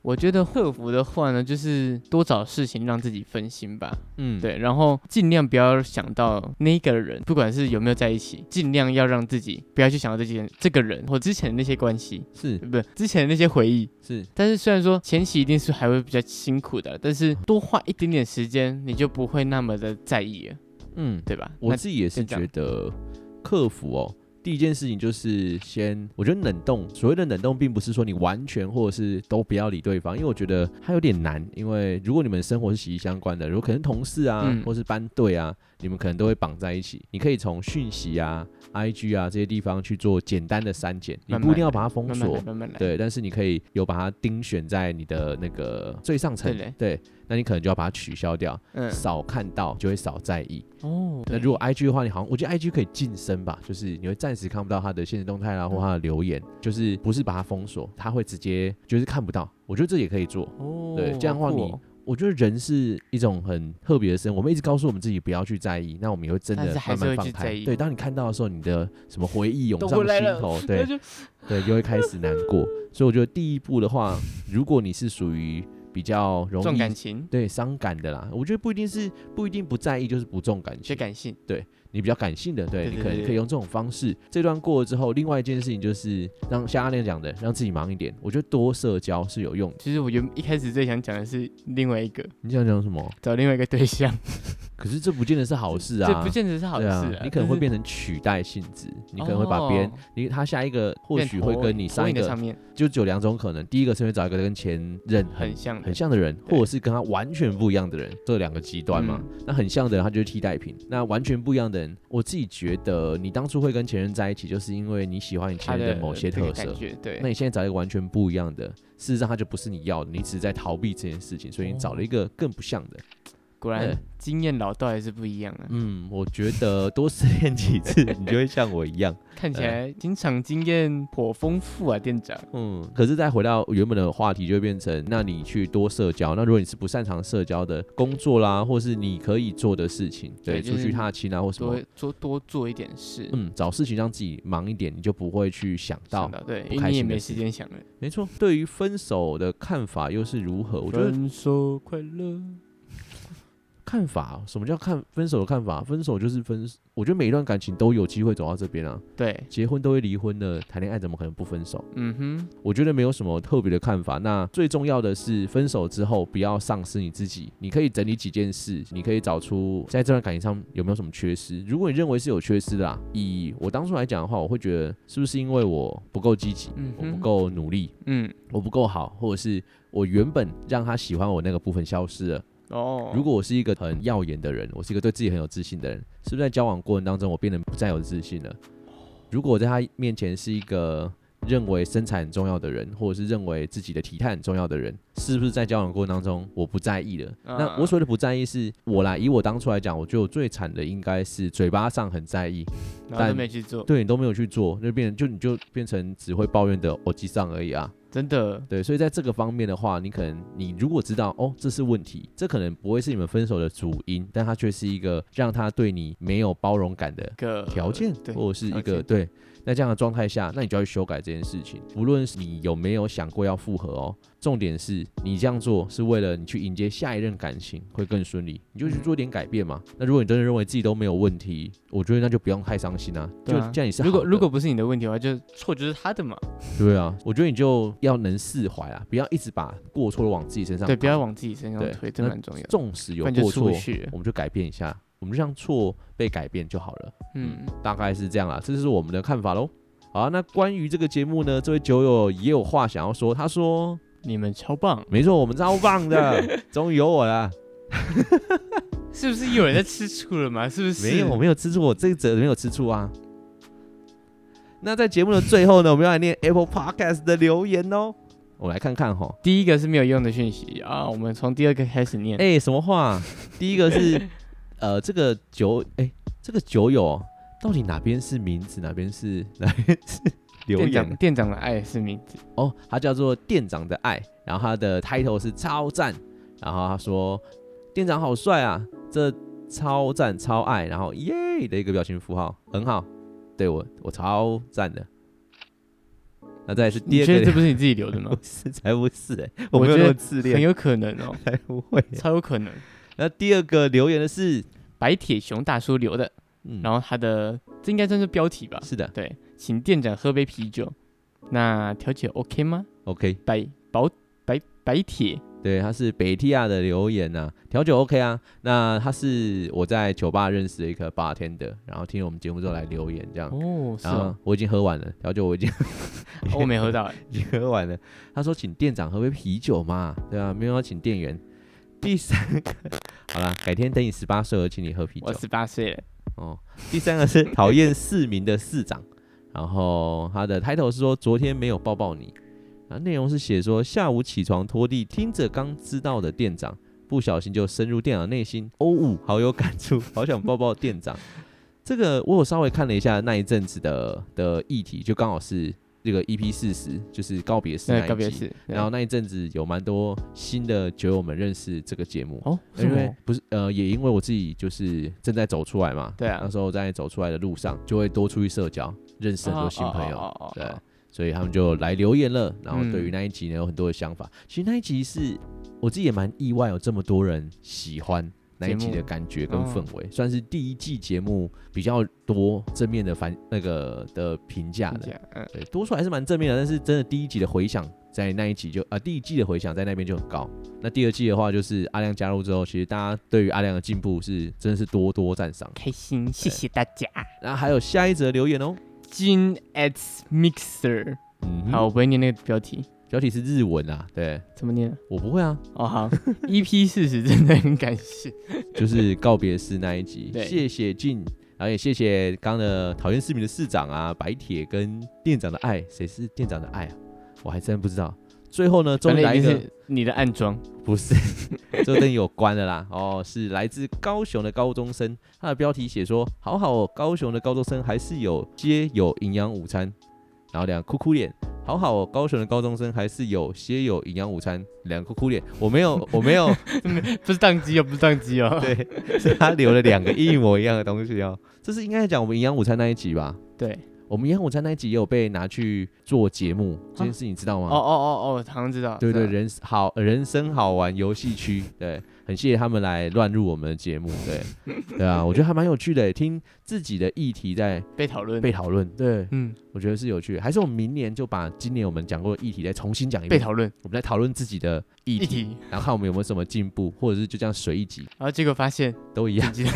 我觉得克服的话呢，就是多找事情让自己分心吧。嗯，，对，然后尽量不要想到那个人，不管是有没有在一起，尽量要让自己不要去想到这件这个人或之前的那些关系，是不是之前的那些回忆。是，但是虽然说前期一定是还会比较辛苦的，但是多花一点点时间，你就不会那么的在意了，嗯，对吧？我那自己也是就这觉样得克服哦。第一件事情就是先，我觉得冷冻，所谓的冷冻，并不是说你完全或者是都不要理对方，因为我觉得它有点难。因为如果你们生活是息息相关的，如果可能同事啊，嗯或是班队啊，你们可能都会绑在一起。你可以从讯息啊、IG 啊这些地方去做简单的删减，你慢不一定慢要把它封锁，慢慢来，慢慢来。对，但是你可以有把它盯选在你的那个最上层对嘞，对，那你可能就要把它取消掉，嗯，少看到就会少在意。哦，那对如果 IG 的话，你好像我觉得 IG 可以晋升吧，就是你会暂时看不到他的现实动态啦，嗯或他的留言，就是不是把它封锁，他会直接就是看不到。我觉得这也可以做。哦，对这样的话好酷你哦我觉得人是一种很特别的生物，我们一直告诉我们自己不要去在意，那我们也会真的但是还慢是慢会放去在开。意对，当你看到的时候，你的什么回忆涌都上回来心了 头，那对就对，就会开始难过。所以我觉得第一步的话，如果你是属于比较容重易感情，对伤感的啦，我觉得不一定是不一定不在意，就是不重感学情。感性，你比较感性的，对对你对可能对可以用这种方式。这段过了之后，另外一件事情就是让像阿亮讲的，让自己忙一点。我觉得多社交是有用的。其实我原一开始最想讲的是另外一个，你想讲什么？找另外一个对象，可是这不见得是好事啊，这不见得是好事对啊啊，你可能会就是变成取代性质，你可能会把别人，哦你他下一个或许会跟你投上一影的个上，面就只有两种可能，第一个是会找一个跟前任很很像的，很像的人，嗯对嗯或者是跟他完全不一样的人，这两个极端嘛。那很像的人，他就是替代品；那完全不一样的人，我自己觉得你当初会跟前任在一起，就是因为你喜欢你他前任的某些这个特色感。觉，对，那你现在找一个完全不一样的，事实上他就不是你要的，你只是在逃避这件事情，所以你找了一个更不像的。果对然经验老道还是不一样啊，嗯，我觉得多失恋几次，你就会像我一样。看起呃来情场经验颇丰富啊，店长。嗯，可是再回到原本的话题，就会变成，那你去多社交。那如果你是不擅长社交的工作啦，或是你可以做的事情，对，对就是出去踏青啊，或什么多，多多做一点事，嗯，找事情让自己忙一点，你就不会去想到想。到对，不因开为你也心的没事时间想了。没错，对于分手的看法又是如何？我觉得分手快乐，看法，什么叫看分手的看法？分手就是分，我觉得每一段感情都有机会走到这边啊。对，结婚都会离婚的，谈恋爱怎么可能不分手？嗯哼，我觉得没有什么特别的看法。那最重要的是，分手之后不要丧失你自己。你可以整理几件事，你可以找出在这段感情上有没有什么缺失。如果你认为是有缺失的啦，以我当初来讲的话，我会觉得是不是因为我不够积极，嗯我哼不够努力，嗯，我不够好，或者是我原本让他喜欢我那个部分消失了。哦，如果我是一个很耀眼的人，我是一个对自己很有自信的人，是不是在交往过程当中我变得不再有自信了？如果我在他面前是一个认为身材很重要的人，或者是认为自己的体态很重要的人，是不是在交往过程当中我不在意了？啊那我所谓的不在意是，我来以我当初来讲，我觉得我最惨的应该是嘴巴上很在意，然后都但没去做，对你都没有去做，就变成就你就变成只会抱怨的偶机上而已啊。真的，对，所以在这个方面的话，你可能你如果知道哦，这是问题，这可能不会是你们分手的主因，但它却是一个让他对你没有包容感的个条件，呃对，或者是一条个件对。那这样的状态下，那你就要去修改这件事情。无论是你有没有想过要复合哦，重点是你这样做是为了你去迎接下一任感情会更顺利，你就去嗯做点改变嘛。那如果你真的认为自己都没有问题，我觉得那就不用太伤心啊。就对啊这样也是如果好的如果不是你的问题的话，就错就是他的嘛，对啊，我觉得你就要能释怀啊，不要一直把过错都往自己身上对，不扛要往自己身上对推，这那蛮重要的，纵使有不然就过出不错，去了，我们就改变一下，我们就让错被改变就好了。嗯，大概是这样啊啦，这就是我们的看法喽。好啊、那关于这个节目呢，这位酒友也有话想要说，他说你们超棒，：“ 没错，我们超棒的，终于有我了。是不是有人在吃醋了嘛？是不是？没有，我没有吃醋，我这一则没有吃醋啊。那在节目的最后呢，我们要来念 Apple Podcast 的留言哦。我来看看哈，第一个是没有用的讯息啊，我们从第二个开始念。哎、什么话？第一个是 呃，这个酒，哎、这个酒友哦到底哪边是名字，哪边是哪边是 留店言长啊？店长的爱是名字，哦，他叫做店长的爱，然后他的 title 是超赞，然后他说店长好帅啊，这超赞超爱，然后耶的一个表情符号，很好，对我我超赞的。那再来是第你二觉个得这留，不是你自己留的 吗不？是才不是哎、我我没有觉那得么自很恋，有可能 哦，才不会、啊 超有可能。那第二个留言的是，白铁熊大叔留的，嗯，然后他的这应该算是标题吧？是的对，请店长喝杯啤酒。那调酒 OK 吗？ ，OK，白薄白白铁对，他是北提亚的留言呐、调酒 OK 啊。那他是我在酒吧认识的一个 bartender，然后听了我们节目之后来留言这样。哦，是然后哦，我已经喝完了，调酒我已经 哦我没喝到哎，已经喝完了。他说请店长喝杯啤酒嘛，对啊，没有要请店员。第三个，好啦，改天等你十八岁了，请你喝啤酒我。十八岁了，哦，第三个是讨厌市民的市长，然后他的 title 是说昨天没有抱抱你，然后内容是写说下午起床拖地，听着刚知道的店长，不小心就深入店长内心，哦呜，好有感触，好想抱抱店长。 这个我有稍微看了一下那一阵子的的议题，就刚好是这个 EP 四十，就是告别式那一集。那哎告别式，然后那一阵子有蛮多新的酒友们认识这个节目，哦，为什因为么？不是呃，也因为我自己就是正在走出来嘛，对啊那时候在走出来的路上，就会多出去社交，认识很多新朋友，哦哦哦哦哦对，所以他们就来留言了，然后对于嗯那一集呢有很多的想法。其实那一集是我自己也蛮意外，有这么多人喜欢那一集节目的感觉跟哦氛围，算是第一季节目比较多正面的反那个的评价的这，样嗯，对，多数还是蛮正面的，但是真的第一集的回响在那一集就啊、第一季的回响在那边就很高。那第二季的话，就是阿亮加入之后，其实大家对于阿亮的进步是真的是多多赞赏。开心，谢谢大家。然后还有下一则留言哦， Gin at Mixer，嗯哼，好，我不会念那个标题，标题是日文啊，对怎么念啊？我不会啊， 哦，好，EP 四十真的很感 谢，，就是 告别式那一集对谢谢静。然后也谢谢刚刚的讨厌市民的市长啊，白铁跟店长的爱，谁是店长的爱啊？我还真不知道。最后呢，终于来反正一已经个是你的暗装，不是， 这跟你有关的啦。哦，是来自高雄的高中生，他的标题写说：“好好、哦，高雄的高中生还是有些有营养午餐。”然后两个哭哭脸，好好、哦，高雄的高中生还是有些有营养午餐，两个哭哭脸。我没有，我没有， 不是宕机哦，不是宕机哦，对，是他留了两个一模一样的东西哦。这是应该讲我们营养午餐那一集吧？ 对，我们营养午餐那一集也有被拿去做节目，这件啊事你知道吗？哦哦哦哦，好像知道，对对，知道，人好人生好玩游戏区， 对，很谢谢他们来乱入我们的节目，对，对啊，我觉得还蛮有趣的，听自己的议题在被讨论，被讨论，对嗯，我觉得是有趣的，还是我们明年就把今年我们讲过的议题再重新讲一被遍，讨论我们来讨论自己的议题，一题，然后看我们有没有什么进步，或者是就这样随一集然后结果发 现都一 样，自己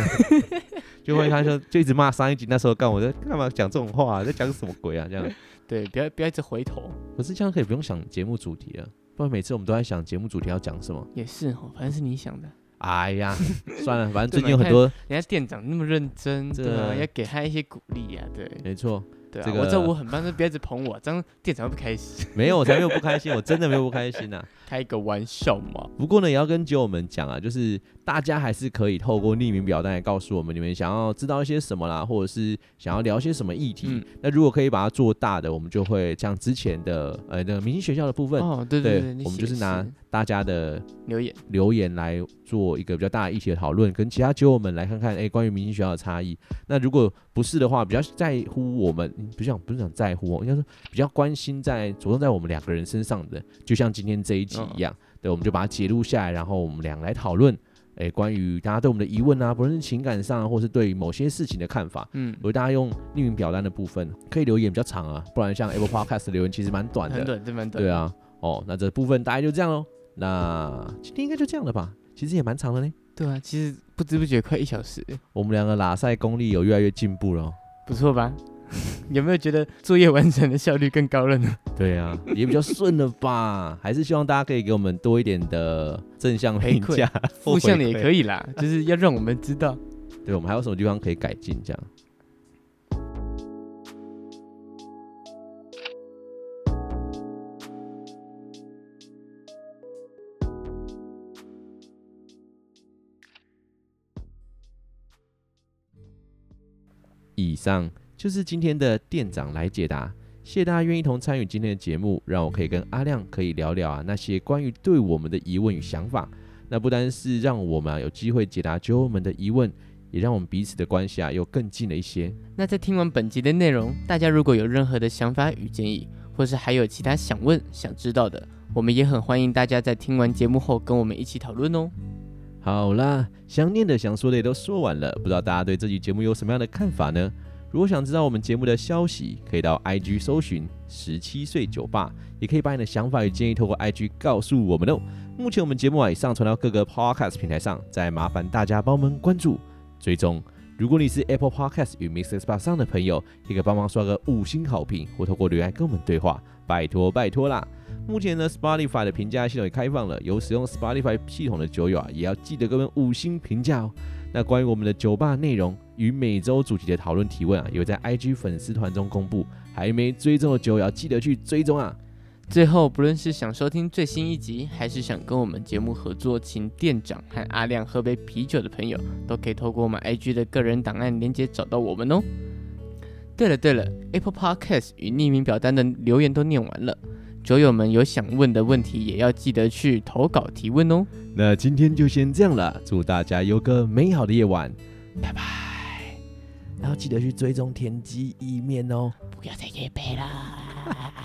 就会他说就一直骂上一集那时候干我在干嘛讲这种话、啊，在讲什么鬼啊这样，对，不要不要一直回头，可是这样可以不用想节目主题了，啊不然每次我们都在想节目主题要讲什么。也是哦，反正是你想的，哎 呀，算了，反正最对嘛近有很看多人家店长那么认真，这对啊，要给他一些鼓励啊，对没错，对啊，这我知道个我很棒，但是不要一直捧我，这样店长会不开心，没有，我才没有不开心，我真的没有不开心 呐、开个玩笑嘛，不过呢，也要跟酒友们讲啊，就是大家还是可以透过匿名表单来告诉我们你们想要知道一些什么啦，或者是想要聊些什么议题。嗯那如果可以把它做大的，我们就会像之前的呃那个明星学校的部分，哦，对对对，你我们就是写拿是大家的留言。留言来做一个比较大的议题的讨论，跟其他酒友们来看看，哎、关于明星学校的差异。那如果不是的话，比较在乎我们，嗯不是想不是想在乎哦，应该说比较关心在着重在我们两个人身上的，就像今天这一集一样，对，我们就把它截录下来，然后我们俩来讨论，哎、关于大家对我们的疑问啊，不论是情感上啊，或是对于某些事情的看法。嗯如，果大家用匿名表单的部分，可以留言比较长啊，不然像 Apple Podcast 的留言其实蛮短的很，短，这蛮短。对，啊，哦，那这部分大概就这样喽。那今天应该就这样了吧？其实也蛮长的呢。对啊，其实不知不觉快一小时，我们两个拉赛功力有越来越进步了哦，不错吧？ 有没有觉得作业完成的效率更高了呢？对啊， 也比较顺了吧？还是希望大家可以给我们多一点的正向评回馈价，哎 负向的也可以。以啦，就是要让我们知道。对我们还有什么地方可以改进？这样以上就是今天的店长来解答。谢谢大家愿意同参与今天的节目，让我可以跟阿亮可以聊聊啊那些关于对我们的疑问与想法。那不单是让我们啊有机会解答酒友们的疑问，也让我们彼此的关系啊又更近了一些。那在听完本集的内容，大家如果有任何的想法与建议，或是还有其他想问、想知道的，我们也很欢迎大家在听完节目后跟我们一起讨论哦。好啦，想念的、想说的也都说完了，不知道大家对这期节目有什么样的看法呢？如果想知道我们节目的消息，可以到 IG 搜寻“十七岁酒吧”，也可以把你的想法与建议透过 IG 告诉我们哦。目前我们节目啊已上传到各个 Podcast 平台上，再麻烦大家帮我们关注、追踪。如果你是 Apple Podcast 与 Mixer Spot 上的朋友，也可以帮忙刷个五星好评，或透过留言跟我们对话，拜托拜托啦！目前呢，Spotify 的评价系统也开放了，有使用 Spotify 系统的酒友啊，也要记得给我们五星评价哦。那关于我们的酒吧内容与每周主题的讨论提问啊，也会在 IG 粉丝团中公布，还没追踪的酒友要记得去追踪啊。最后，不论是想收听最新一集，还是想跟我们节目合作，请店长和阿亮喝杯啤酒的朋友，都可以透过我们 IG 的个人档案连接找到我们哦。对了对了，Apple Podcast 与匿名表单的留言都念完了，酒友们有想问的问题，也要记得去投稿提问哦。那今天就先这样了，祝大家有个美好的夜晚，拜拜。然后记得去追踪田鸡意面哦。不要再夜背了。